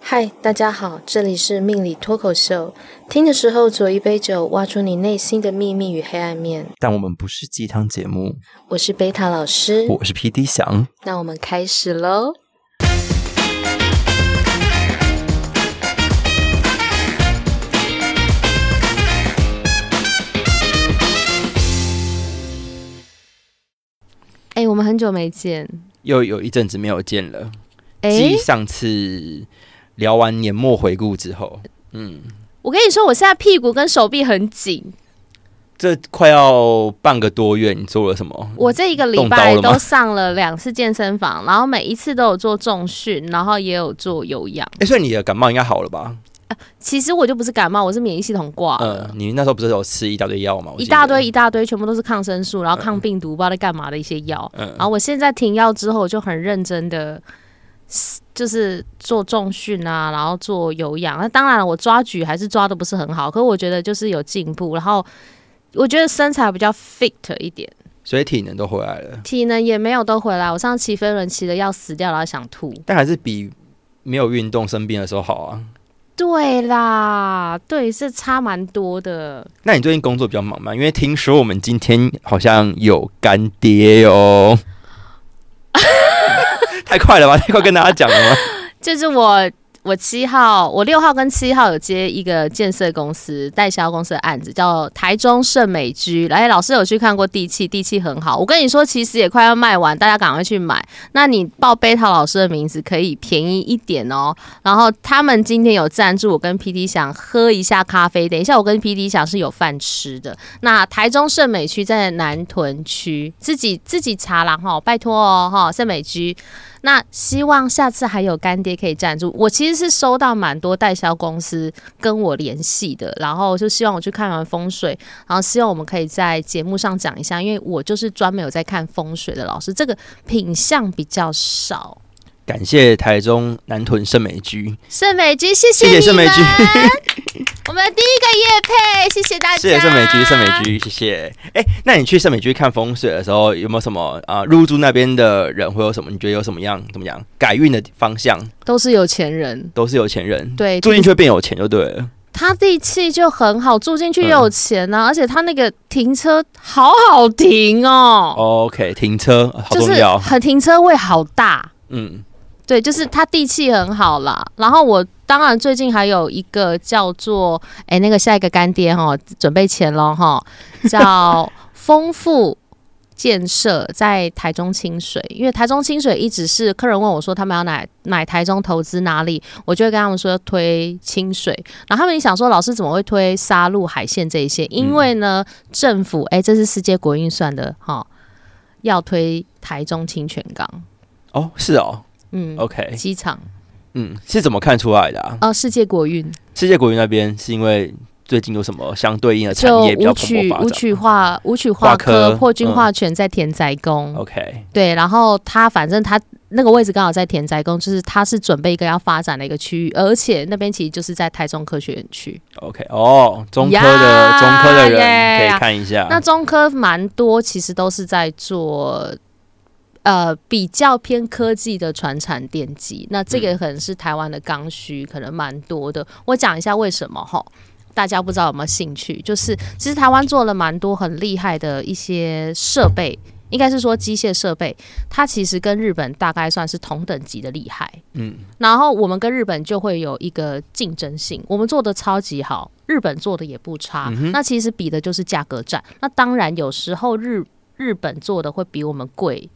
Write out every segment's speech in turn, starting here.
嗨，大家好，这里是命理脱口秀。听的时候酌一杯酒，挖出你内心的秘密与黑暗面。但我们不是鸡汤节目，我是贝塔老师，我是 P D 翔。那我们开始喽。哎、我们很久没见，又有一阵子没有见了，哎、继上次聊完年末回顾之后，嗯，我跟你说，我现在屁股跟手臂很紧，这快要半个多月，你做了什么？我这一个礼动刀拜了吗都上了两次健身房，然后每一次都有做重训，然后也有做有氧。哎，所以你的感冒应该好了吧？其实我就不是感冒，我是免疫系统挂嗯了，，你那时候不是有吃一大堆药吗？我啊一记得大堆，一大堆，全部都是抗生素，然后抗病毒，不知道在干嘛的一些药。嗯然，后我现在停药之后，我就很认真的，就是做重训啊，然后做有氧。那当然了，我抓举还是抓的不是很好，可我觉得就是有进步，然后我觉得身材比较 fit 一点。所以体能都回来了，体能也没有都回来，我上次骑飞轮骑的要死掉，然后想吐。但还是比没有运动生病的时候好啊。对啦，对，是差蛮多的。那你最近工作比较忙吗？因为听说我们今天好像有干爹 哦。太快了吧！太快跟大家讲了吗？就是我，我七号，我六号跟七号有接一个建设公司代销公司的案子，叫台中盛美居。哎，老师有去看过地契，地契很好。我跟你说，其实也快要卖完，大家赶快去买。那你报贝塔老师的名字可以便宜一点哦。然后他们今天有赞助我跟 PT 想喝一下咖啡，等一下我跟 PT 想是有饭吃的。那台中盛美区在南屯区，自己自己查啦哈，拜托哦哈，盛美居。那希望下次还有干爹可以赞助。我其实是收到蛮多代销公司跟我联系的，然后就希望我去看完风水，然后希望我们可以在节目上讲一下，因为我就是专门有在看风水的老师，这个品相比较少。感谢台中南屯盛美居，盛美居，谢谢你谢盛美们，居，我们的第一个夜配，谢谢大家，谢谢盛美居，盛美居，谢谢。哎、那你去盛美居看风水的时候，有没有什么啊、入住那边的人会有什么？你觉得有什么样怎么样改运的方向？都是有钱人。都是有钱人，对，住进去会变有钱就对了。他地气就很好，住进去又嗯有钱啊呐、而且他那个停车好好停哦， OK，停车好就重是要。很停车位好大，嗯，对，就是他地气很好啦。然后我当然最近还有一个叫做哎、那个下一个干爹哈，准备钱喽哈，叫丰富。建设在台中清水，因为台中清水一直是客人问我说他们要买买台中投资哪里，我就会跟他们说推清水，然后他们也想说老师怎么会推沙鹿海线这一些？因为呢，政府哎、这是世界国运算的哈，要推台中清泉港，哦，是哦嗯，OK，机场嗯，是怎么看出来的啊？哦，世界国运世界国运那边是因为最近有什么相对应的产就业比较舞蓬勃曲发舞展曲化舞曲化化科科破军嗯化权在田宅宫， ？OK，对，然后他反正他那个位置刚好在田宅宫，就是他是准备一个要发展的一个区域，而且那边其实就是在台中科学园区。 OK，哦，中科呀的中科的人呀可呀以看一下。那中科蛮多，其实都是在做。呃，比较偏科技的传产电机，那这个可能是台湾的刚需，可能蛮多的。我讲一下为什么哈，大家不知道有没有兴趣？就是其实台湾做了蛮多很厉害的一些设备，应该是说机械设备，它其实跟日本大概算是同等级的厉害。嗯，然后我们跟日本就会有一个竞争性，我们做的超级好，日本做的也不差。那其实比的就是价格战。那当然有时候日日本做的会比我们贵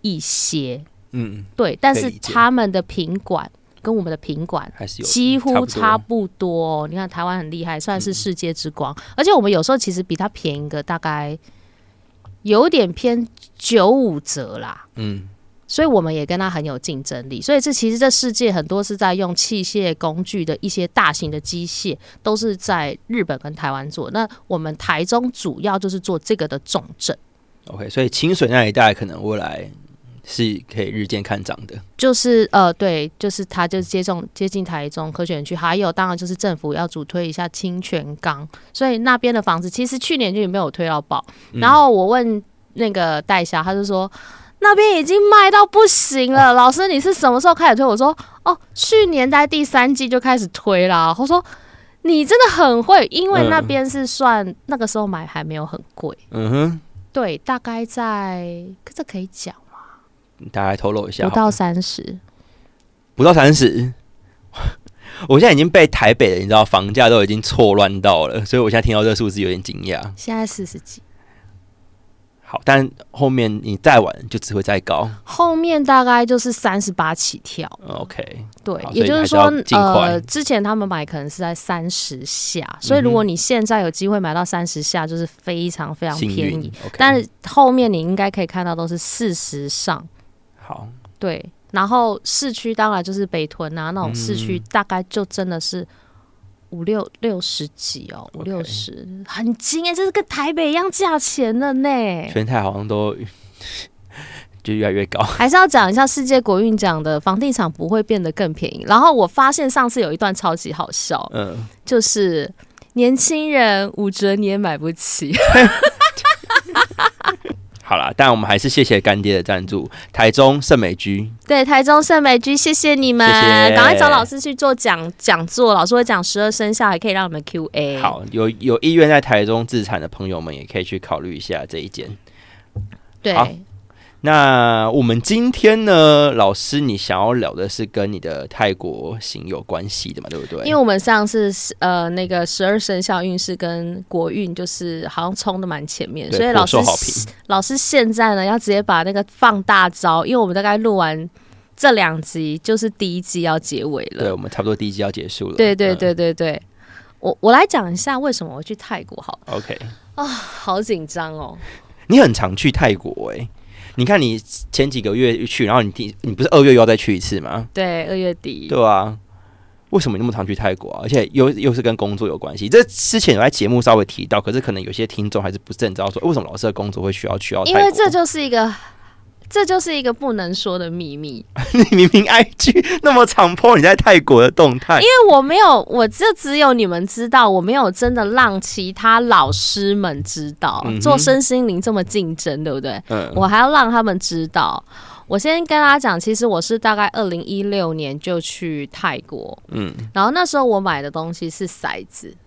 一些，嗯，对，但可以是理解他们的品管跟我们的品管。还是有几乎差差不多哦、你看台湾很厉害，算是世界之光，而且我们有时候其实比它便宜个大概有点偏九五折啦。嗯，所以我们也跟他很有竞争力。所以这其实这世界很多是在用器械工具的一些大型的机械，都是在日本跟台湾做。那我们台中主要就是做这个的重镇， OK，所以清水那一带可能未来是可以日渐看涨的。就是呃对，就是它就是接种接近台中科学园区，还有当然就是政府要主推一下清泉岗，所以那边嗯的房子其实去年就也没有推到爆。然后我问那个代销，他就说。那边已经卖到不行了。老师，你是什么时候开始推？我说哦，去年在第三季就开始推啦。我说你真的很会，因为那边是算那个时候买还没有很贵，嗯哼，对，大概在这可以讲大概透露一下不好了，到三十。不到三十。 我现在已经被台北的你知道房价都已经错乱到了，所以我现在听到这个数字有点惊讶。现在四十几，好，但后面你再晚就只会再高。后面大概就是三十八起跳。 OK，对好，也所就以是还说是要，尽快嗯呃，之前他们买可能是在三十下，所以如果你现在有机会买到三十下，就是非常非常幸便运宜。。 OK，但是后面你应该可以看到都是四十上，好，对。然后市区当然就是北屯啊，那种市嗯区大概就真的是五六六十几哦，五 OK 六十，很近哎、这是跟台北一样价钱了呢。 全台好像都 就越来越高。还是要讲一下世界国运奖的房地产不会变得更便宜。然后我发现上次有一段超级好笑，嗯，就是年轻人五折你也买不 起，好啦，但我们还是谢谢干爹的赞助，台中圣美居。对，台中圣美居，谢谢你们，谢谢赶快找老师去做讲讲座，老师会讲十二生肖，还可以让你们 Q A。，好，有有意愿在台中自产的朋友们，也可以去考虑一下这一间。对，好那我们今天呢，老师，你想要聊的是跟你的泰国行有关系的嘛，对不对？因为我们上次呃那个十二生肖运势跟国运就是好像冲的蛮前面，对所以老师颇受好评老师现在呢要直接把那个放大招，因为我们大概录完这两集就是第一季要结尾了对，。我们差不多第一季要结束了。对对嗯对对对，我我来讲一下为什么我去泰国好了 OK，好紧张哦。你很常去泰国哎、你看你前几个月去，然后你第你不是二月又要再去一次吗？对，二月底，对啊，为什么你那么常去泰国啊？而且又又是跟工作有关系。这之前有在节目稍微提到，可是可能有些听众还是不是很知道说，诶为什么老师的工作会需要去到泰因国？为这就是一个。这就是一个不能说的秘密，因 你明明 IG 那么常 po 你在泰国的动态，为我没有，我这只有你们知道，我没有真的让其他老师们知道。嗯哼做身心灵这么竞争，对不对？嗯，我还要让他们知道。我先跟大家讲，其实我是大概二零一六年就去泰国，嗯然后那时候我买的东西是骰子，嗯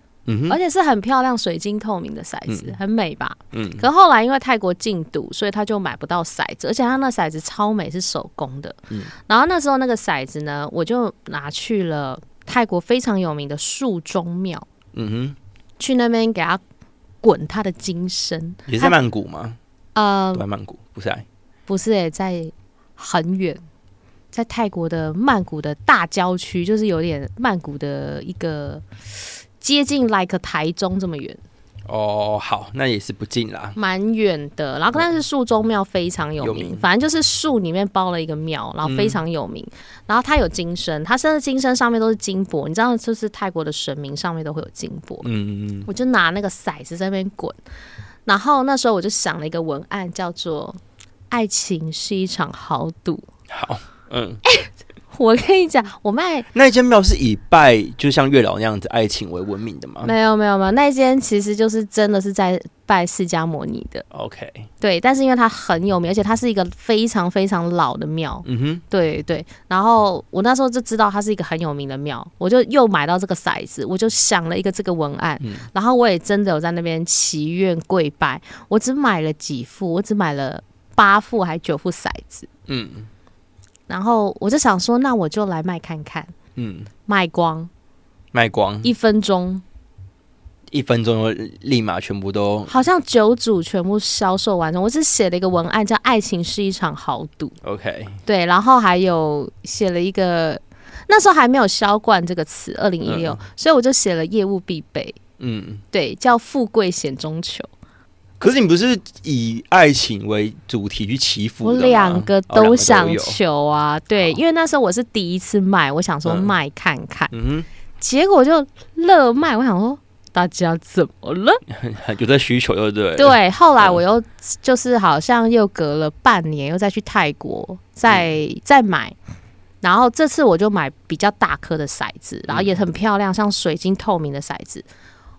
而哼，且是很漂亮、水晶透明的骰子，很美吧？嗯可后来因为泰国禁赌，所以他就买不到骰子，而且他那骰子超美，是手工的。嗯然后那时候那个骰子呢，我就拿去了泰国非常有名的树中庙，嗯去那边给他滚他的金身。哼，也是在曼谷吗？呃都，在曼谷，不是在不是诶、在很远，在泰国的曼谷的大郊区，就是有点曼谷的一个接近 like 台中这么远。哦，好，那也是不近啦。蛮远的，然后但是树中庙非常有有名，名嗯反正就是树里面包了一个庙，然后非常有名。然后它有金身，它甚至金身上面都是金箔，你知道，就是泰国的神明上面都会有金箔。嗯嗯我就拿那个骰子在那边滚，然后那时候我就想了一个文案，叫做“爱情是一场豪赌嗯，”。我跟你讲，我卖那一间庙是以拜就像月老那样子爱情为闻名的吗没有没有没有，那间其实就是真的是在拜释迦摩尼的， ？OK，对。但是因为它很有名，而且它是一个非常非常老的庙，嗯哼，对对，然后我那时候就知道它是一个很有名的庙，我就又买到这个骰子，我就想了一个这个文案，嗯然后我也真的有在那边祈愿跪拜，我只买了几副，我只买了八副还九副骰子，嗯然后我就想说，那我就来卖看看，嗯，卖光卖光一分钟，一分钟，立马全部都好像九组全部销售完成，我只写了一个文案叫“爱情是一场豪赌”， OK。对，然后还有写了一个，那时候还没有“销冠”这个词，二零一六，所以我就写了业务必备，嗯，对，叫“富贵险中求可是你不是以爱情为主题去祈”，福我的吗两个哦两都有想求啊，对，好因为那时候我是第一次卖，我想说嗯卖看看，嗯结果就热卖，我想说。大家怎么了？哼，有这需求，对不对？，对，后来嗯我又就是好像又隔了半年，又再去泰国再再买，然后这次我就买比较大颗的骰子，然后也很漂亮，像水晶透明的骰子。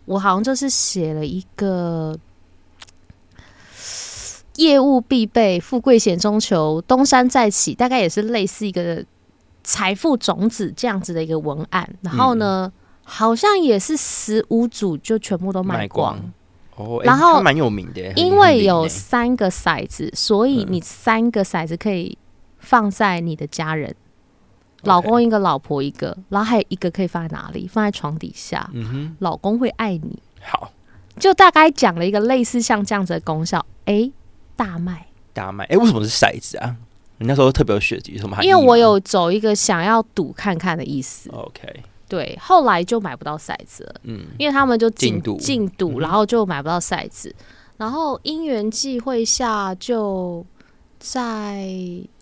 我好像就是写了一个业务必备、富贵险中求、东山再起，大概也是类似一个财富种子这样子的一个文案。然后呢，好像也是十五组就全部都卖光。哦，然后他蛮有名的耶，因很为很有有名耶三个骰子，所以你三个骰子可以放在你的家人，老公一个，老婆一个，然后还有一个可以放在哪里？放在床底下，嗯哼，老公会爱你。好就大概讲了一个类似像这样子的功效，诶，大卖。大卖。哎，为什么是骰子啊？你那时候特别有学有什么含义因吗？为我有走一个想要赌看看的意思， OK，对，后来就买不到骰子了，嗯，因为他们就禁禁赌禁嗯赌，然后就买不到骰子，然后因缘际会下就在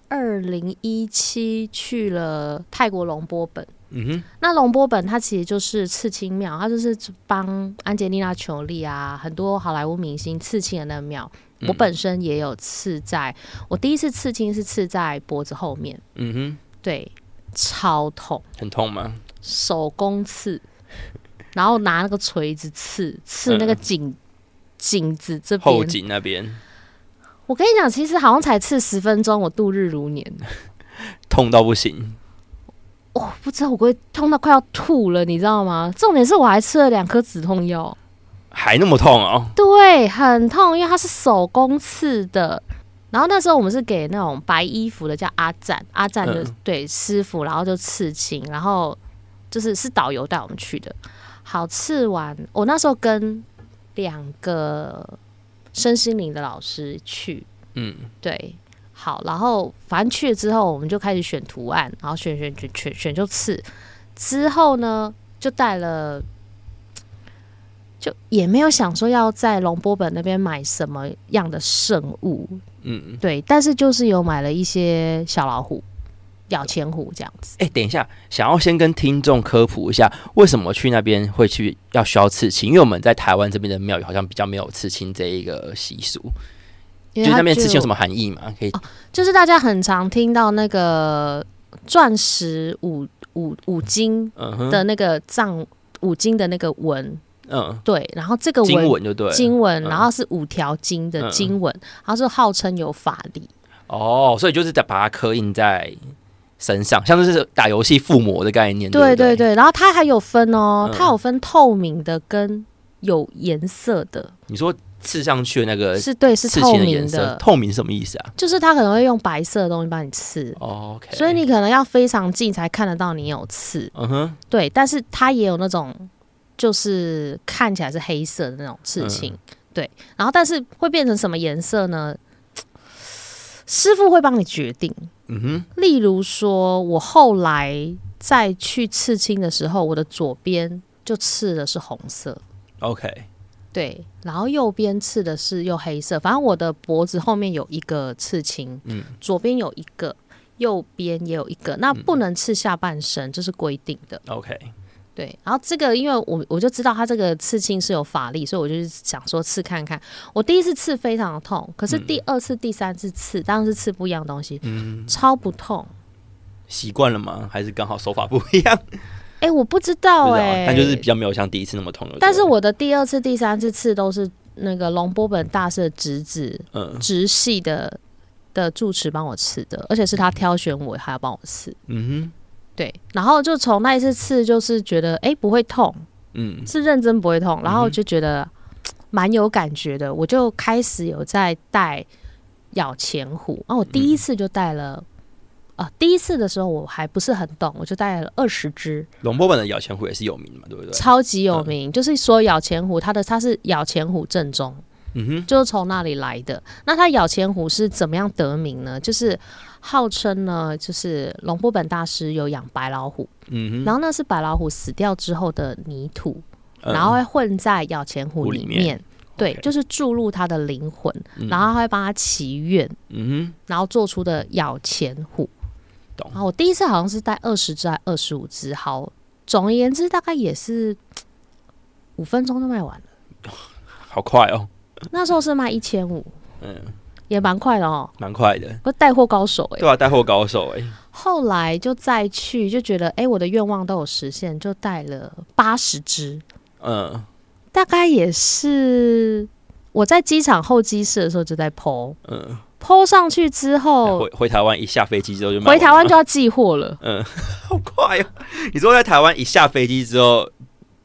二零一七去了泰国龙波本。嗯那龙波本它其实就是刺青庙，它就是帮安吉丽娜·裘丽啊，很多好莱坞明星刺青的那个庙。嗯我本身也有刺在，我第一次刺青是刺在脖子后面，哼，嗯对，超痛，哼，很痛吗？手工刺，然后拿那个锤子刺，刺那个颈颈、子这嗯后边。颈那边我跟你讲，其实好像才刺十分钟，我度日如年。痛到不行，我、不知道我会痛到快要吐了，你知道吗？重点是我还吃了两颗止痛药。还那么痛哦。对，很痛，因为它是手工刺的。然后那时候我们是给那种白衣服的，叫阿赞，阿赞的、嗯对师傅，然后就刺青，然后就是是导游带我们去的。好，刺完，我那时候跟两个身心灵的老师去，嗯，对，好，然后反正去了之后，我们就开始选图案，然后选选选选选就刺。之后呢，就带了，就也没有想说要在龙波本那边买什么样的圣物，嗯，对，但是就是有买了一些小老虎、咬钱虎这样子。哎、等一下，想要先跟听众科普一下，为什么去那边会去要需要刺青？因为我们在台湾这边的庙宇好像比较没有刺青这一个习俗，因就为是它哦那边刺青有什么？么含义吗？可以，就是大家很常听到那个钻石五五五金嗯哼，的那个藏五金的那个纹，嗯，对，然后这个经纹文就对了，经文，嗯然后是五条经的嗯经文，它是号称有法力，哦，所以就是在把它刻印在身上，像是打游戏附魔的概念，对不嗯对对对，然后它还有分哦，嗯它有分透明的跟有颜色的，你说刺上去的那个是对是呃刺透青的明颜色，透明什么意思啊、就是它可能会用白色的东西帮你刺。哦、？OK，所以你可能要非常近才看得到你有刺，嗯哼，对，但是它也有那种就是看起来是黑色的那种刺青，嗯对，然后但是会变成什么颜色呢？师傅会帮你决定，嗯哼，例如说，我后来再去刺青的时候，我的左边就刺的是红色， OK，对，然后右边刺的是又黑色。反正我的脖子后面有一个刺青，嗯左边有一个，右边也有一个。那不能刺下半身，这是规定的。 ，OK，对，然后这个因为我我就知道它这个刺青是有法力，所以我就是想说刺看看。我第一次刺非常的痛，可是第二次、第三次刺当然是刺不一样的东西，嗯，超不痛。习惯了吗？还是刚好手法不一样？哎、我不知道不知道哎、但就是比较没有像第一次那么痛了。但是对不我的第二次、第三次刺都是那个龙波本大师的侄子对嗯直系的的住持帮我刺的，而且是他挑选我，还要帮我刺。嗯对，然后就从那一次刺，就是觉得哎、诶不会痛，哼嗯是认真不会痛，然后嗯哼就觉得嘖蛮有感觉的，我就开始有在带咬钱虎。啊，我嗯第一次就带了，啊、第一次的时候我还不是很懂，我就带了二十只，龙波本的咬钱虎也是有名的嘛，对不对？超级有名，就是说咬钱虎，它的它是咬钱虎正宗。嗯哼，就是从那里来的。那它咬钱虎是怎么样得名呢？就是号称呢，就是龙波本大师有养白老虎，嗯然哼，后那是白老虎死掉之后的泥土，嗯然后会混在咬钱虎虎里里面，面对 OK 就是注入它的灵魂，嗯然后它会帮它祈愿，嗯然后做出的咬钱虎。哼，懂然。后我第一次好像是带二十只还二十五只，好，总而言之大概也是五分钟就卖完了。好快哦，那时候是卖一千五，嗯，也蛮快的哦，蛮快的。我带货高手哎、对啊，带货高手哎、后来就再去，就觉得哎、诶我的愿望都有实现，就带了八十只，嗯，大概也是我在机场候机室的时候就在 PO，嗯，哎 PO 上去之后回，回台湾一下飞机之后就卖哦回完台湾了就要寄货了。嗯，好快哦！ 你说在台湾一下飞机之后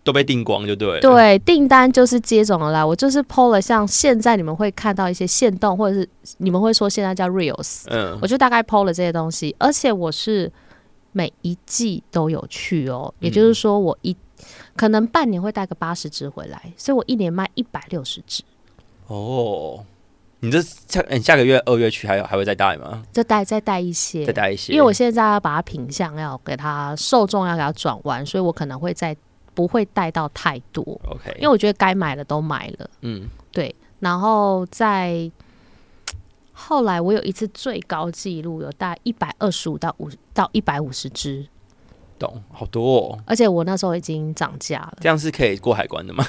都被订光，就对了。对，订单就是接踵而来。我就是 PO 了，像现在你们会看到一些现动，或者是你们会说现在叫 reels，嗯我就大概 PO 了这些东西，而且我是每一季都有去哦，也嗯就是说我一、可能半年会带个八十只回来，所以我一年卖一百六十只，哦，你这下哎你下个月二月去还有还会再带吗？再带再带一些，再带一些，因为我现在要把它品相要给它受众要给它转弯，所以我可能会再不会带到太多， OK，因为我觉得该买的都买了。嗯对，然后在后来我有一次最高纪录有大概一百二十五到五到一百五十只，懂好多哦，而且我那时候已经涨价了，这样是可以过海关的吗？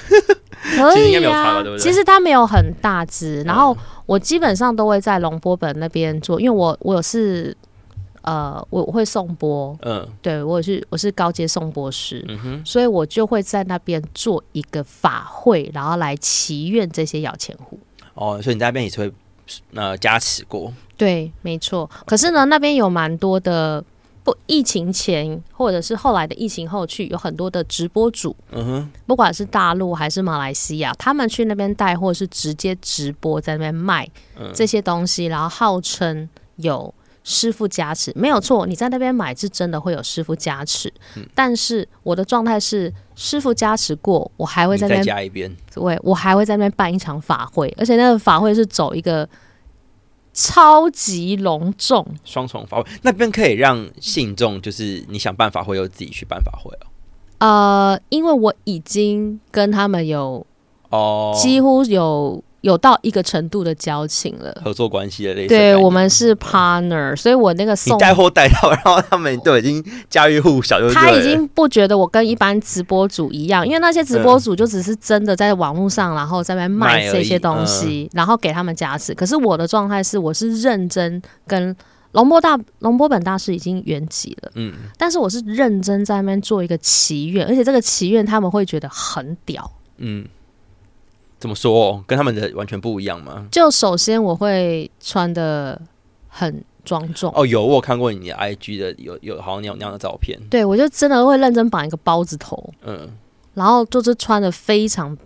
可 其实应该以没有差吧啊对不。对嗯其实它没有很大只，然后我基本上都会在龙波本那边做，因为我我有是呃我我会送波，嗯对我是我是高阶送波师。嗯哼，所以我就会在那边做一个法会，然后来祈愿这些摇钱虎。哦，所以你在那边也是会呃加持过，对，没错。可是呢，那边有蛮多的不疫情前或者是后来的疫情后去，有很多的直播主，嗯哼，不管是大陆还是马来西亚，他们去那边带货是直接直播在那边卖嗯这些东西，然后号称有。师傅加持没有错，你在那边买是真的会有师傅加持，嗯但是我的状态是师傅加持过，我还会你在那再边加一遍，对，我还会在那边办一场法会，而且那个法会是走一个超级隆重，双重发挥，那边可以让信众就是你想办法会有自己去办法会哦。呃，因为我已经跟他们有哦，几乎有有到一个程度的交情了。合作关系的类似的概对念，我们是 partner，所以我那个你送带货带到，然后他们都已经家喻户晓，就他对已了经不觉得我跟一般直播主一样，因为那些直播主就只是真的在网络上，然后在那边卖卖而已这些东嗯西，然后给他们加持。可是我的状态是，我是认真跟龙波大龙波本大师已经圆寂了，嗯，但是我是认真在那边做一个祈愿，而且这个祈愿他们会觉得很屌。嗯，怎么说、哦？跟他们的完全不一样吗？就首先我会穿的很庄重。哦，有我有看过你的 IG 的，有有好像你有那样的照片，对，我就真的会认真绑一个包子头，嗯然后就是穿的非常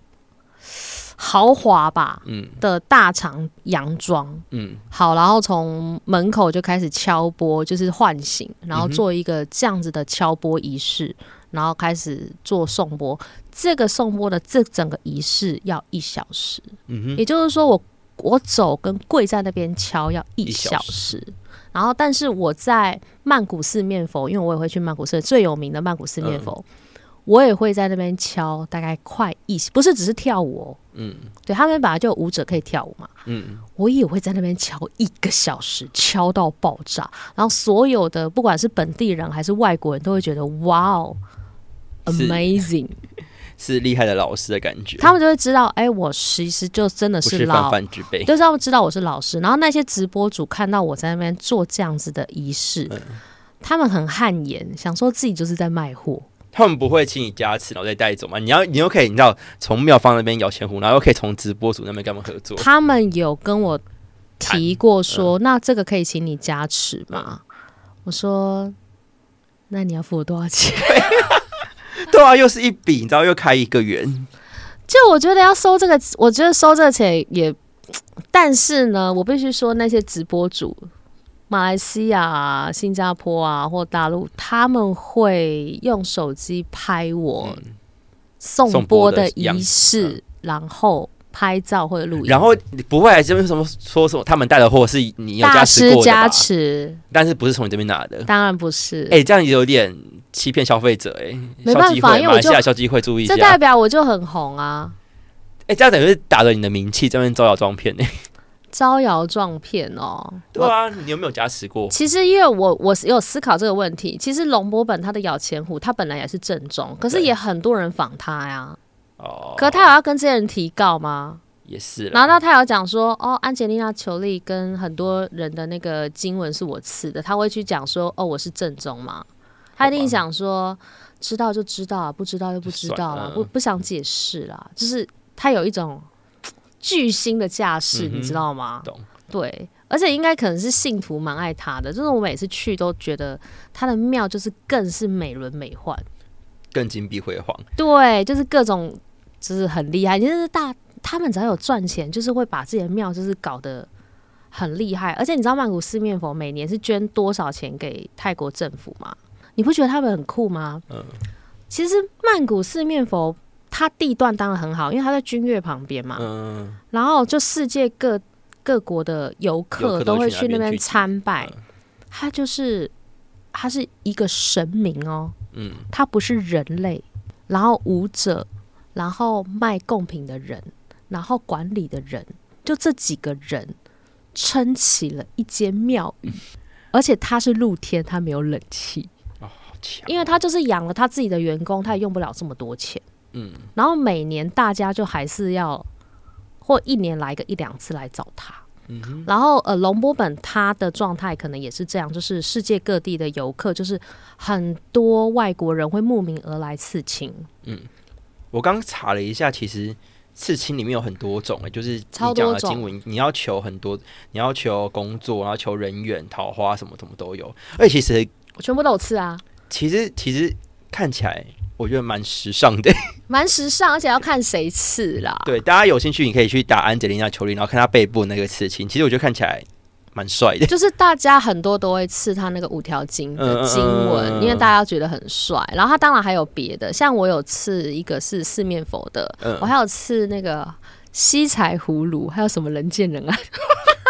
豪华吧，嗯的大长洋装。嗯，好，然后从门口就开始敲钵，就是唤醒，然后嗯哼做一个这样子的敲钵仪式，然后开始做送钵。这个送钵的这整个仪式要一小时，嗯哼，也就是说我我走跟跪在那边敲要一一小小时。然后，但是我在曼谷四面佛，因为我也会去曼谷寺最有名的曼谷四面佛，嗯我也会在那边敲，大概快一，不是只是跳舞哦，嗯对他们本来就有舞者可以跳舞嘛，嗯，我也会在那边敲一个小时，敲到爆炸。然后所有的不管是本地人还是外国人都会觉得哇哦是，amazing，是厉害的老师的感觉，他们就会知道，哎、我其实就真的不是是泛老泛之辈， 就是他们知道我是老师，然后那些直播主看到我在那边做这样子的仪式，嗯他们很汗颜，想说自己就是在卖货。他们不会请你加持，然后再带走吗？你要你又可以，你知道从妙方那边摇钱壶，然后又可以从直播组那边跟他们合作， 他们有跟我提过说，嗯那这个可以请你加持吗？我说，那你要付我多少钱？对啊，又是一笔，你知道又开一个元，就我觉得要收这个，我觉得收这个钱也，但是呢，我必须说那些直播主。马来西亚、啊、新加坡啊，或大陆，他们会用手机拍我嗯送送播播的的仪样子式，然后拍照或者录影。然后你不会来这边什么说什么他们带的货是你有大加持师过的加吧？持，但是不是从你这边拿的？当然不是。哎、这样有点欺骗消费者哎、没消办基法会因为马我来西就亚消基会注意一这下代。表我就很红啊，哎、这样等于是打着你的名气在那边招摇撞 骗哎、招摇撞骗哦。对啊，你有没有加持过？其实因为我我有思考这个问题，其实龙波本他的咬钱虎，他本来也是正宗，可是对也很多人仿他呀。哦，可他有要跟这些人提告吗？也是然后啦。到他有讲说，哦，安吉丽娜·裘丽跟很多人的那个经文是我赐的，他会去讲说，哦，我是正宗嘛。他一定想说，知道就知道，不知道就不知道就算嗯啦，了不不想解释啦，就是他有一种嘖巨星的架势，嗯哼你知道吗？懂。对，而且应该可能是信徒蛮爱他的，就是我每次去都觉得他的庙就是更是美轮美奂，更金碧辉煌，对，就是各种就是很厉害，就是大他们只要有赚钱，就是会把自己的庙就是搞得很厉害。而且你知道曼谷四面佛每年是捐多少钱给泰国政府吗？你不觉得他们很酷吗？嗯其实曼谷四面佛它地段当然很好，因为它在君悦旁边嘛，嗯，然后就世界各各国的游游客客都都会去那去那边边聚集参拜嗯，它就是它是一个神明哦，嗯，它不是人类，然后舞者，然后卖贡品的人，然后管理的人，就这几个人撑起了一间庙宇，而且它是露天，它没有冷气，好强哦，因为他就是养了他自己的员工，他也用不了这么多钱。嗯，然后每年大家就还是要，或一年来个一两次来找他。嗯哼然后呃，龙波本它的状态可能也是这样，就是世界各地的游客，就是很多外国人会慕名而来刺青，我刚查了一下，其实刺青里面有很多种、欸，就是你超讲多的种经文，你要求很多，你要求工作，然后求人缘、桃花什么什么都有。而且其实我全部都有刺啊，其实其实看起来。我觉得蛮时尚 的，蛮时尚，而且要看谁刺啦。对，大家有兴趣你可以去打安吉丽娜·裘丽，然后看她背部那个刺青，其实我觉得看起来蛮帅的。 就是大家很多都会刺他那个五条经的经嗯文，嗯嗯嗯嗯因为大家觉得很帅。然后他当然还有别的，像我有刺一个是四面佛的，嗯我还有刺那个西财葫芦，还有什么人见人啊爱。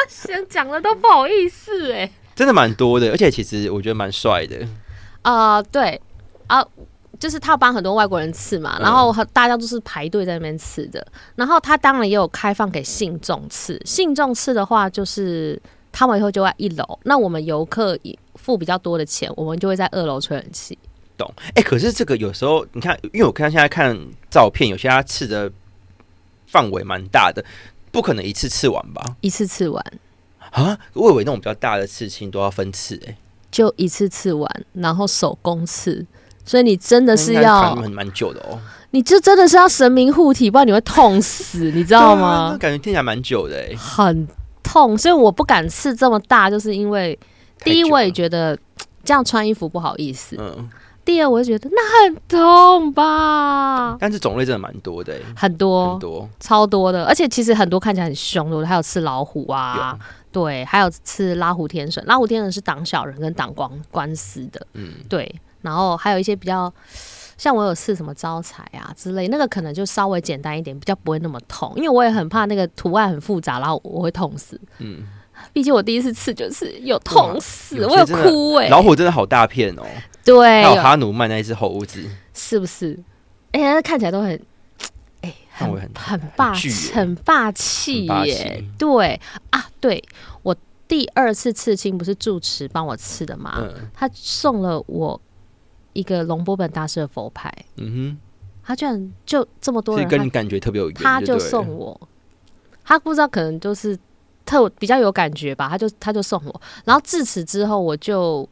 先讲了都不好意思哎、真的蛮多的，而且其实我觉得蛮帅的。 啊、对啊，就是他有帮很多外国人刺嘛，嗯然后很大家都是排队在那边刺的。然后他当然也有开放给信众刺，信众刺的话就是他们以后就在一楼，那我们游客以付比较多的钱，我们就会在二楼吹冷气。哎、可是这个有时候你看，因为我看现在看照片，有些它刺的范围蛮大的，不可能一次刺完吧？一次刺完啊，我以为那种比较大的刺青都要分刺、欸，哎，就一次刺完，然后手工刺，所以你真的是要，很蛮久的哦，你就真的是要神明护体，不然你会痛死，你知道对啊吗 那？感觉听起来蛮久的、欸，哎，很痛，所以我不敢刺这么大，就是因为第一，我也觉得这样穿衣服不好意思；嗯，第二，我就觉得那很痛吧，但是种类真的蛮多的、欸，很多很多。超多的，而且其实很多看起来很凶的，还有刺老虎啊，对，还有刺拉虎天神，拉虎天神是挡小人跟挡光官司的，嗯，对，然后还有一些比较。像我有刺什么招财啊之类，那个可能就稍微简单一点，比较不会那么痛，因为我也很怕那个图案很复杂，然后我会痛死。嗯，毕竟我第一次刺就是有痛死，有我些有真的哭哎、老虎真的好大片哦，对还，有哈努曼那一只猴子，是不是？哎、呀，看起来都很，哎、范围很很很霸巨气，耶很霸很气霸耶气！对啊，对我第二次刺青不是住持帮我刺的吗？嗯他送了我一个龙波本大师的佛牌，嗯他居然就这么多哼，所以人，跟你感觉特别有缘，他就就对了送我，他不知道可能就是特比较有感觉吧，他就他就送我，然后自此之后我就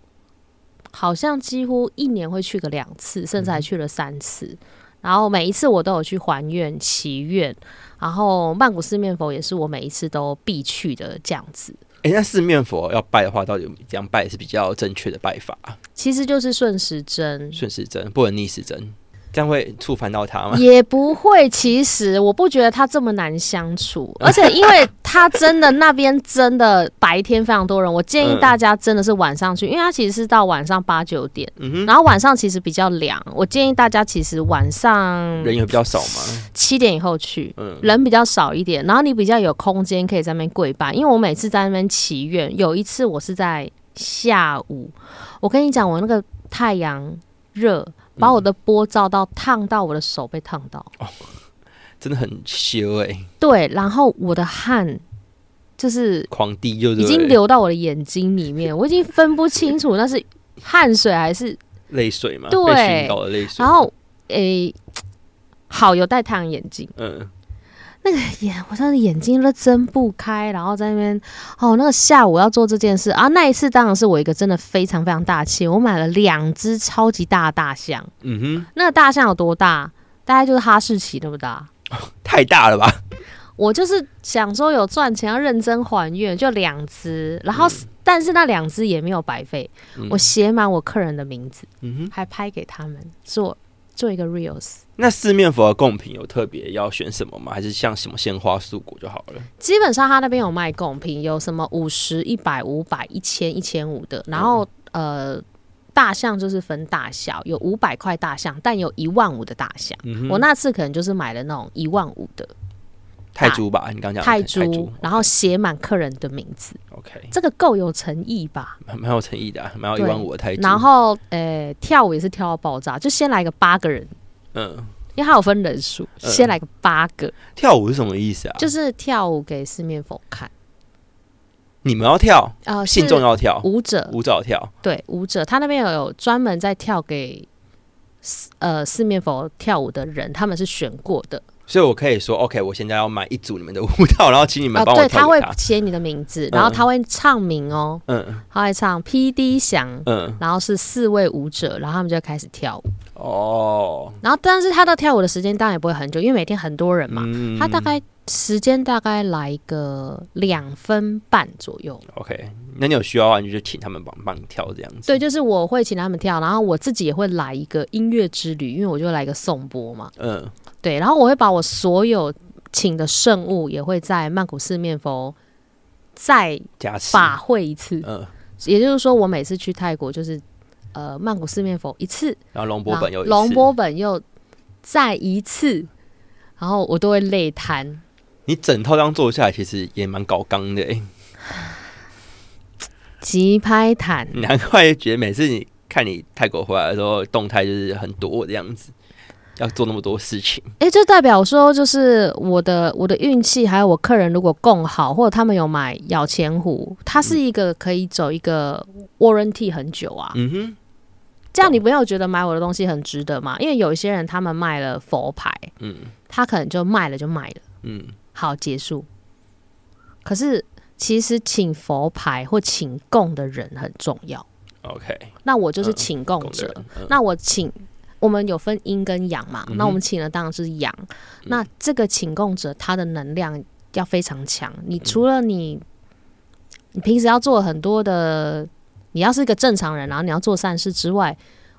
好像几乎一年会去个两次，甚至还去了三次，然后每一次我都有去还愿祈愿，然后曼谷四面佛也是我每一次都必去的这样子，哎、那四面佛要拜的话，到底怎样拜是比较正确的拜法啊？其实就是顺时针。顺时针不能逆时针，这样会触犯到 他吗？也不会，其实我不觉得他这么难相 处，而且因为他真的那边真的白天非常多人，我建议嗯大家真的是晚上去，因为他其实是到晚上八九点，嗯然后晚上其实比较凉，我建议大家其实晚上哼，人也比较少嘛。七点以后去。嗯，人比较少一点，然后你比较有空间可以在那边跪拜，因为我每次在那边祈愿，有一次我是在下午，我跟你讲，我那个太阳热把我嗯的波照到烫到我的手被烫到，真的很羞哎、对，然后我的汗就是狂滴就已是经流到我的眼睛里面，我已经分不清楚那是汗水还是……泪水嘛，对被熏到的泪水。然后诶、好有戴太阳眼镜，嗯，眼我真的眼睛都睁不开，然后在那边哦，那个下午要做这件事啊，那一次当然是我一个真的非常非常大气，我买了两只超级大的大象，嗯那个大象有多大？大概就是哈士奇那么大。哼，太大了吧？我就是想说有赚钱要认真还愿，就两只，然后、但是那两只也没有白费，嗯我写满我客人的名字，嗯哼，还拍给他们做做一个 reels。那四面佛的贡品有特别要选什么吗？还是像什么鲜花素果就好了？基本上他那边有卖贡品，有什么五十、一百、五百、一千、一千五的，然后、嗯呃。大象就是分大小，有五百块大象，但有一万五的大象。嗯哼我那次可能就是买了那种一万五的泰铢吧，你刚讲的泰铢，铢，然后写满客人的名字， OK，这个够有诚意吧？蛮蛮有诚意的、啊，蛮有一对万五的泰铢。然后，呃，跳舞也是跳到爆炸，就先来个八个人，嗯，因为它有分人数，嗯先来个八个，跳舞是什么意思啊？就是跳舞给四面佛看。你们要跳，呃，哦信众啊要跳是，舞者，舞者要跳，对舞者，他那边有有专门在跳给四呃四面佛跳舞的人，他们是选过的。所以我可以说 OK，我现在要买一组你们的舞蹈，然后请你们啊，帮我对，跳他给会他。写你的名字，然后嗯他会唱名哦，嗯他会唱 P D 响，嗯，然后是四位舞者，然后他们就开始跳舞。哦，然后，但是他到跳舞的时间当然也不会很久，因为每天很多人嘛，嗯他大概时间大概来个两分半左右。 OK，那你有需要的话，你就请他们帮帮你跳这样子。对，就是我会请他们跳，然后我自己也会来一个音乐之旅，因为我就来一个颂钵嘛。嗯，对，然后我会把我所有请的圣物也会在曼谷四面佛再加持。法会一次，嗯，也就是说，我每次去泰国就是呃曼谷四面佛一次，然后龙波然后本有一次啊龙波本又再一次，然后我都会累瘫。你整套这样做下来，其实也蛮高纲的、欸， 急拍毯，难怪觉得每次你看你泰国回来的时候，动态就是很多这样子，要做那么多事情。诶，就代表说，就是我的我的运气，还有我客人如果供好，或者他们有买咬钱虎，它是一个可以走一个 warranty 很久啊。嗯哼，这样你没有觉得买我的东西很值得吗？因为有一些人他们卖了佛牌，嗯他可能就卖了就卖了，嗯，好结束。可是其实请佛牌或请供的人很重要。 OK，那我就是嗯请供懂的者，人，嗯那我请。我们有分阴跟阳嘛，嗯哼嗯那我们请的当然是阳。那这个请供者他的能量要非常强。你嗯除了你，你平时要做很多的，你要是一个正常人，然后你要做善事之外，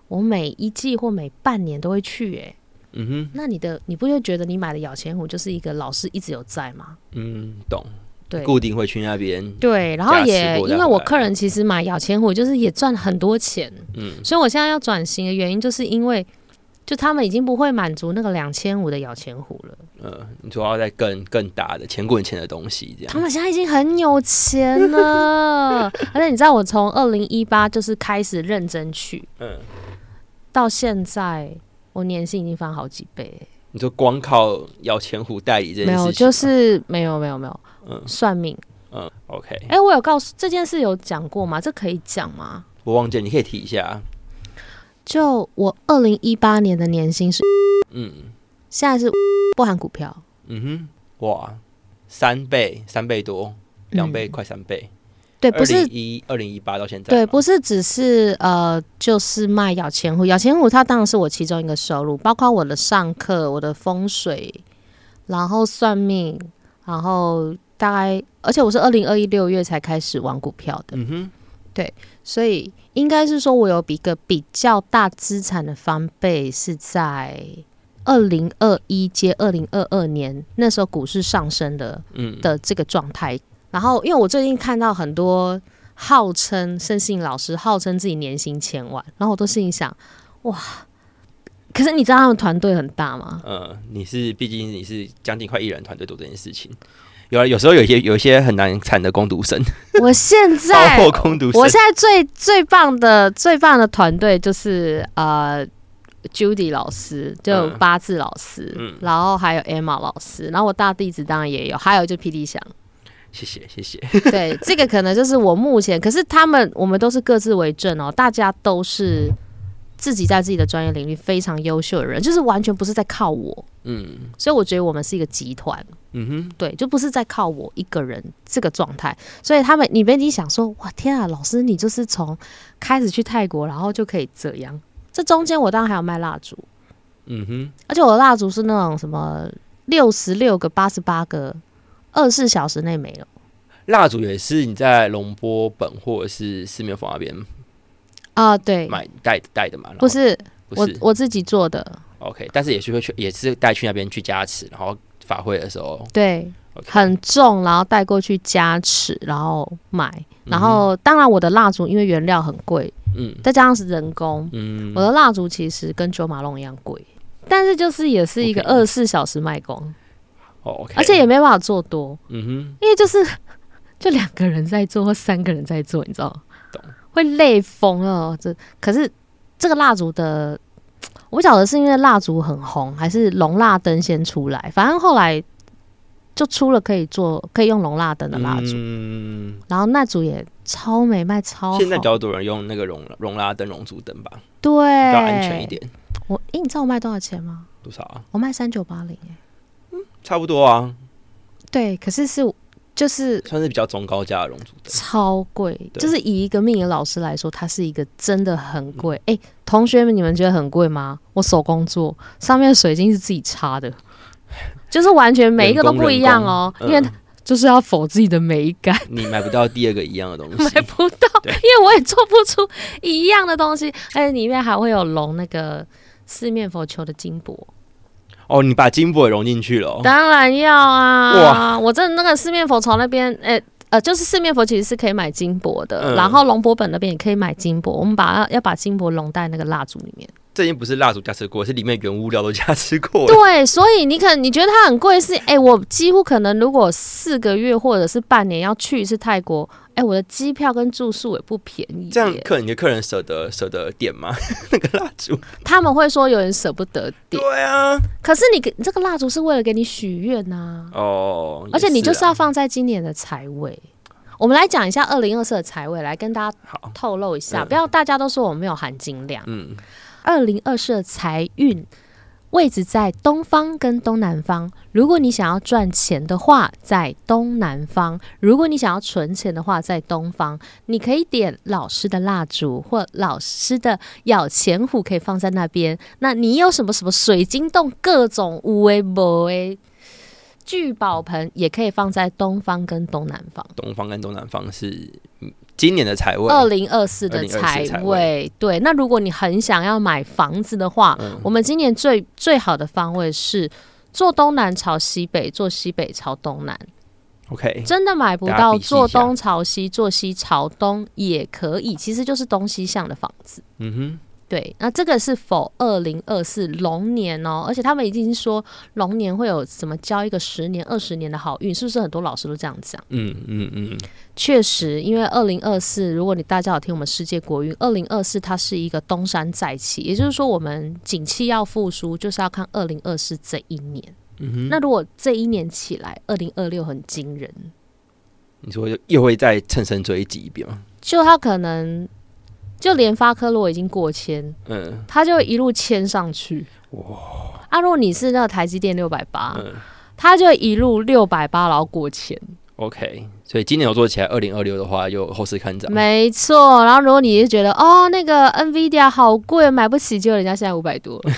我每一季或每半年都会去、欸。嗯哼，那你的你不就觉得你买的咬钱虎就是一个老师一直有在吗？嗯，懂，对固定会去那边，对，然后加持也过再因为回我来客人其实买咬钱虎就是也赚很多钱，嗯所以我现在要转型的原因，就是因为就他们已经不会满足那个两千五的摇钱虎了，呃，你主要在更更大的钱滚钱的东西这他样。们现在已经很有钱 了。而且你知道，我从二零一八就是开始认真去，嗯，到现在我年薪已经翻好几倍，你就光靠摇钱虎代理这件没事情吗，有，就是没有没有没有嗯算命。嗯，OK，哎、我有告诉这件事有讲过吗？这可以讲吗？我忘记了，你可以提一下。啊就我二零一八年的年薪是，嗯现在是不含股票，嗯哼，哇，三倍，三倍多，两倍，嗯快三倍。对，不是一二零一八到现在嘛，对，不是只是呃，就是卖咬钱虎，咬钱虎它当然是我其中一个收入，包括我的上课、我的风水，然后算命，然后大概，而且我是二零二一六月才开始玩股票的，嗯哼，所以应该是说我有一个比较大资产的翻倍是在二零二一接二零二二年那时候股市上升的嗯，的这个状态。然后，因为我最近看到很多号称盛信老师号称自己年薪千万，然后我都心里想，哇！可是你知道他们团队很 大吗？呃，你是毕竟你是将近快一人团队做这件事情，有啊，有时候有一些有一些很难缠的攻读生，我现包在，括攻读生我，现在最最棒的最棒的团队就是呃，Judy 老师，就嗯八字老师，嗯然后还有 Emma 老师，然后我大弟子当然也有，还有就 PD 翔。谢谢谢谢，对，这个可能就是我目前，可是他们我们都是各自为政哦，大家都是自己在自己的专业领域非常优秀的人，就是完全不是在靠我，嗯所以我觉得我们是一个集团，嗯哼，对，就不是在靠我一个人这个状态，所以他们你们已经想说，哇天啊，老师你就是从开始去泰国，然后就可以这样，这中间我当然还有卖蜡烛，嗯哼，而且我的蜡烛是那种什么六十六个、八十八个、二十四小时内没了。蜡烛也是你在龙波本或者是四面佛那边啊，对，买带带的嘛？然后不是不我是我自己做的， OK，但是也是会去，也是带去那边去加持，然后法会的时候对 OK 很重，然后带过去加持，然后买。然嗯后，当然我的蜡烛因为原料很贵，嗯再加上是人工，嗯我的蜡烛其实跟九马龙一样贵，但是就是也是一个不便宜二十四小时卖光，哦 OK，而且也没办法做多，嗯因为就是 就两个人在做或三个人在做，你知道吗？懂，会累疯了。这可是这个蜡烛的，我不晓得是因为蜡烛很红，还是龙蜡灯先出来，反正后来就出了可以做可以用龙蜡灯哼，的蜡烛，嗯，然后那组也超美，卖哦超好，现在比较多人用那个容容拉灯、熔烛灯吧，对，比较安全一。点，我诶、你知道我卖多少钱吗？多少啊？我卖三九八零哎。差不多啊，对，可是是就是算是比较中高价的熔烛灯。超贵，对就是以一个命理老师来说，它是一个真的很贵。嗯哎、同学们，你们觉得很贵吗？我手工做，上面的水晶是自己插 的，就是完全每一个都不一样哦，人因工嗯人为工它就是要否自己的美感，你买不到第二个一样的东西买，不到，因为我也做不出一样的东西，而且里面还会有龙那个。四面佛球的金箔，哦，你把金箔也融进去了哦，当然要啊！哇我真的那个四面佛朝那边，哎、呃，就是四面佛其实是可以买金箔的，嗯然后龙博本那边也可以买金箔，我们把要把金箔融在那个蜡烛里面。这已经不是蜡烛加持过，是里面原物料都加持过了。对，所以你可能你觉得它很贵是，哎、我几乎可能如果四个月或者是半年要去一次泰国，哎、我的机票跟住宿也不便宜耶。这样客你的客人舍得舍得点吗？那个蜡烛？他们会说有人舍不得点，对啊，可是你给这个蜡烛是为了给你许愿啊呐、哦，而且你就是啊要放在今年的财位。我们来讲一下二零二四的财位，来跟大家好，透露一下，嗯不要大家都说我没有含金量。嗯，二零二四的财运位置在东方跟东南方。如果你想要赚钱的话，在东南方；如果你想要存钱的话，在东方。你可以点老师的蜡烛或老师的咬钱虎，可以放在那边。那你有什么什么水晶洞、各种无为不为聚宝盆，也可以放在东方跟东南方。东方跟东南方是嗯今年的财位，二零二四的财2024财位，对。那如果你很想要买房子的话，我们今年最最好的方位是坐东南朝西北，坐西北朝东南。 OK，真的买不大家到，比试一坐下东朝西，坐西朝东也可以，其实就是东西向的房子。嗯对，那这个是否二零二四龙年哦？而且他们已经说龙年会有什么交一个十年、二十年的好运，是不是很多老师都这样讲？哼，嗯嗯嗯，确实，因为二零二四，如果你大家有听我们世界国运，二零二四它是一个东山再起，也就是说，我们景气要复苏，就是要看二零二四这一年。那如果这一年起来，二零二六很惊人，你说又又会再乘胜追击一遍吗？就它可能就连发科罗已经过千，嗯，它就一路牵上去。哇！啊，如果你是那个台积电六百八嗯，它就一路六百八，然后过千。 OK，所以今年有做起来，二零二六的话又后市看涨。没错，然后如果你是觉得哦，那个 NVIDIA 好贵，买不起，结果人家现在五百多。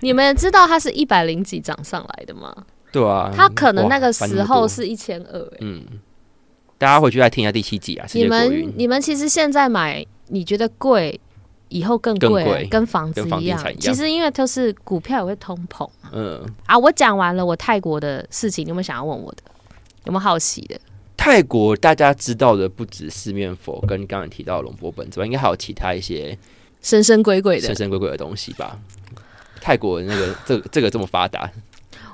你们知道它是一百零几涨上来的吗？对啊，它可能那个哇翻时么候多是一千二。欸嗯，大家回去再听一下第七集啊，世你界国们运你们其实现在买，你觉得贵，以后更贵，更贵跟房子跟房一地样产一。样其实因为就是股票也会通膨嗯，啊。我讲完了我泰国的事情，你有没有想要问我的？有没有好奇的？泰国大家知道的不止四面佛跟刚才提到的龙波本之外，应该还有其他一些神神鬼鬼的神，神鬼鬼的东西吧？泰国那个这这个这么发达，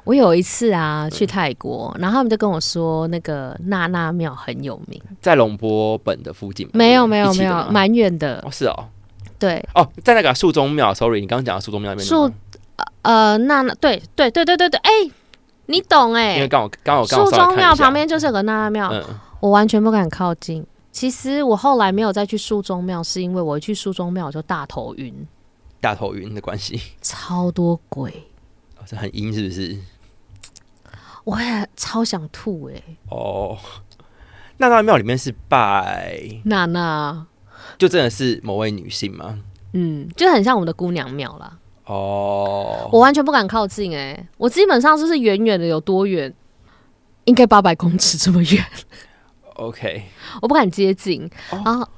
我有一次啊嗯去泰国，然后他们就跟我说那个娜娜庙很有名，在龙波本的附近吗没有没有嗯一起没的有，吗蛮远的哦。是哦对，哦，在那个树中庙，sorry，你刚刚讲的树中庙那边的树吗呃，娜娜对对对对对对，哎、你懂哎、因为刚好刚好刚好树稍微中看一庙下旁边就是有个娜娜庙，嗯我完全不敢靠近。其实我后来没有再去树中庙，是因为我一去树中庙我就大头晕，大头晕的关系，超多鬼，哦是很阴是不是？我也超想吐哎、哦，那那庙里面是拜，娜娜，就真的是某位女性吗？嗯，就很像我们的姑娘庙啦。哦，欸我完全不敢靠近哎、我基本上就是远远的有多远，应该八百公尺这么远， OK，我不敢接近。哦然后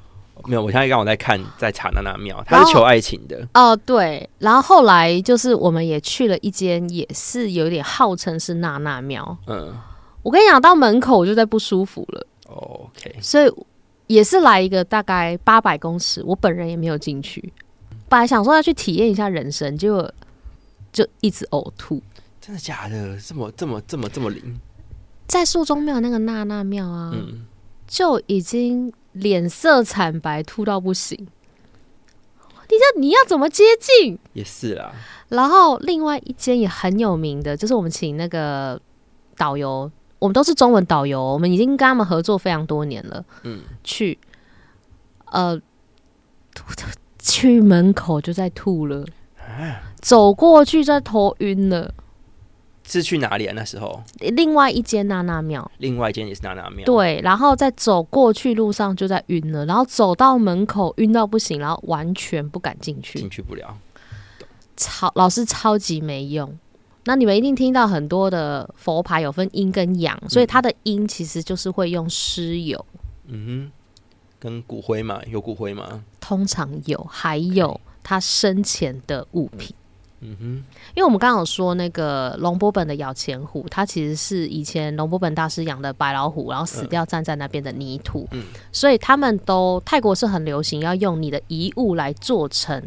没有，我现在刚好在看在查那那庙，他是求爱情的，哦，对，然后后来就是我们也去了一间，也是有点号称是娜娜庙。嗯我跟你讲，到门口我就在不舒服了，哦，OK，所以也是来一个大概八百公尺，我本人也没有进去。本来想说要去体验一下人生，结果就一直呕吐。真的假的？这么这么这么这么灵？在树中庙那个娜娜庙啊，嗯，就已经脸色惨白，吐到不行。你这你要怎么接近？也是啦，然后另外一间也很有名的，就是我们请那个导游，我们都是中文导游，我们已经跟他们合作非常多年了。嗯，去，呃，吐去门口就在吐了，走过去在头晕了。是去哪里啊？那时候另外一间娜娜庙，另外一间也是那那庙，，对，然后在走过去路上就在晕了，然后走到门口晕到不行，然后完全不敢进去进，去不了，超老师超级没用。那你们一定听到很多的佛牌有分阴跟阳，所以它的阴其实就是会用尸油，嗯哼，跟骨灰嘛，有骨灰吗？通常有，还有它生前的物品。嗯哼，因为我们刚刚有说那个龙波本的咬钱虎，它其实是以前龙波本大师养的白老虎，然后死掉站在那边的泥土，嗯所以他们都泰国是很流行要用你的遗物来做成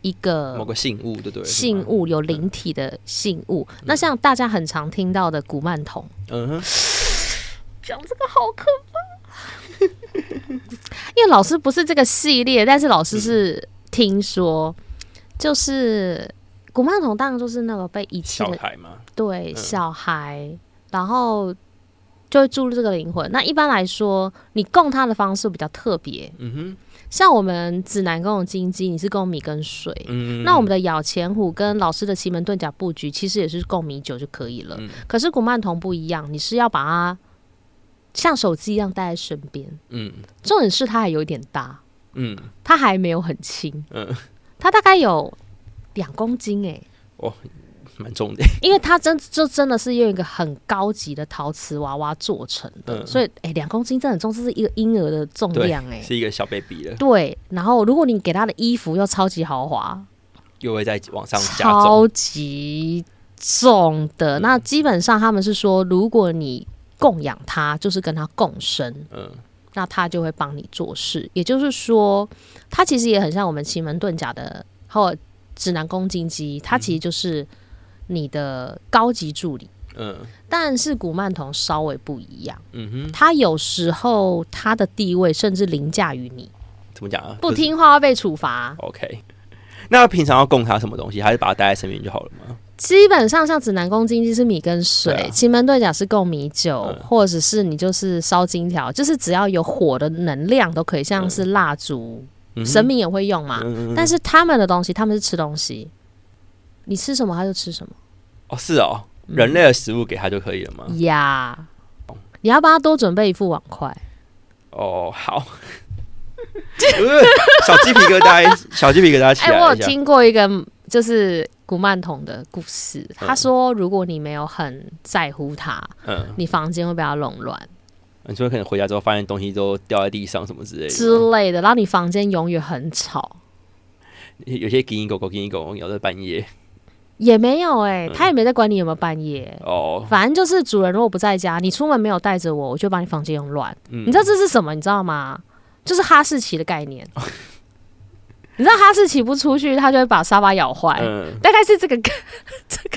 一某个个信物，对不对？呃信物，嗯有灵体的信物。那像大家很常听到的古曼童，嗯哼，讲这个好可怕，因为老师不是这个系列，但是老师嗯是听说，就是古曼童当然就是那个被遗弃小的孩嘛，对、嗯小孩，然后就会注入这个灵魂。那一般来说，你供他的方式比较特别，嗯像我们指南宫的金鸡，你是供米跟水。哼，嗯，那我们的咬钱虎跟老师的奇门遁甲布局，其实也是供米酒就可以了。嗯可是古曼童不一样，你是要把它像手机一样带在身边。嗯重点是它还有一点大，嗯它还没有很轻，嗯，它大概有两公斤诶、蛮重的，因为它真就真的是用一个很高级的陶瓷娃娃做成的，嗯所以哎，两、公斤真的很重，这是一个婴儿的重对量哎、是一个小 baby 了，对，然后如果你给他的衣服又超级豪华，又会再往上加重，嗯超级重的，那基本上他们是说，如果你供养他，就是跟他共生，嗯那他就会帮你做事。也就是说，他其实也很像我们奇门遁甲的或指南宫金鸡，他其实就是你的高级助理。嗯但是古曼童稍微不一样，嗯哼，他有时候他的地位甚至凌驾于你，怎么讲啊？不就是听话会被处罚。 OK，那平常要供他什么东西？还是把他带在身边就好了吗？基本上像指南宫经济是米跟水，对啊奇门遁甲是供米酒，嗯或者是你就是烧金条，就是只要有火的能量都可以，像是蜡烛，嗯哼神明也会用嘛。嗯嗯嗯但是他们的东西，他们是吃东西，你吃什么他就吃什么哦，是哦，人类的食物给他就可以了吗？呀。你要帮他多准备一副碗筷，哦，好，不是小鸡皮疙瘩，小鸡皮疙瘩起哎、来我有了一下。听过一个就是古曼童的故事，他说如果你没有很在乎他，嗯，你房间会被他弄乱你说可能回家之后发现东西都掉在地上什么之类的，之类的，然后你房间永远很吵。有有些给你狗狗给你狗狗咬在半夜。也没有哎、嗯他也没在管你有没有半夜。哦，反正就是主人如果不在家，你出门没有带着我，我就把你房间用乱。嗯你知道这是什么？你知道吗？就是哈士奇的概念。你知道哈士奇不出去，它就会把沙发咬坏，嗯大概是这个 这个，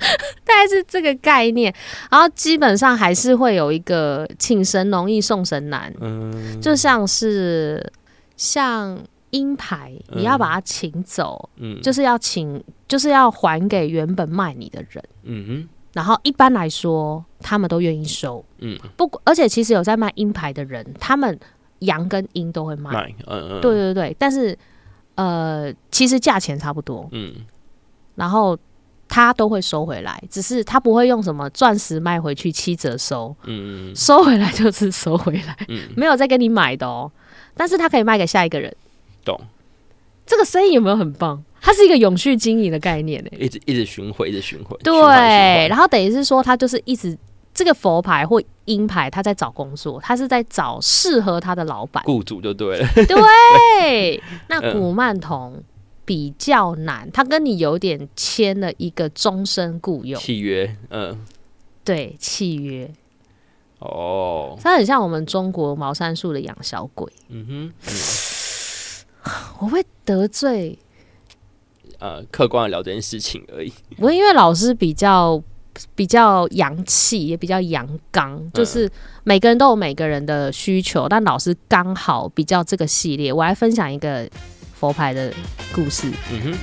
大概是这个概念。然后基本上还是会有一个请神容易送神难，嗯就像是像鹰牌，你要把它请走，嗯，就是要请，就是要还给原本卖你的人。嗯然后一般来说，他们都愿意收。嗯，不管，而且其实有在卖鹰牌的人，他们羊跟鹰都会哼，卖。卖嗯嗯对对对，但是呃，其实价钱差不多，嗯然后他都会收回来，只是他不会用什么钻石卖回去七折收，嗯收回来就是收回来， 嗯，没有再跟你买的哦。但是他可以卖给下一个人，懂，这个生意有没有很棒？它是一个永续经营的概念呢、欸一直一直循环，一直循环，循环循对，环然后等于是说，他就是一直这个佛牌或鹰牌，他在找工作，他是在找适合他的老 板。雇主就对了，对，那嗯古曼童比较难，他跟你有点签了一个终身雇佣契约，嗯，对契约，哦，它很像我们中国茅山术的养小鬼。嗯我会得罪，哼，呃，客观的聊这件事情而已，我因为老师比较比较洋气，也比较阳刚，就是每个人都有每个人的需求，但老师刚好比较这个系列。我来分享一个佛牌的故事。嗯哼，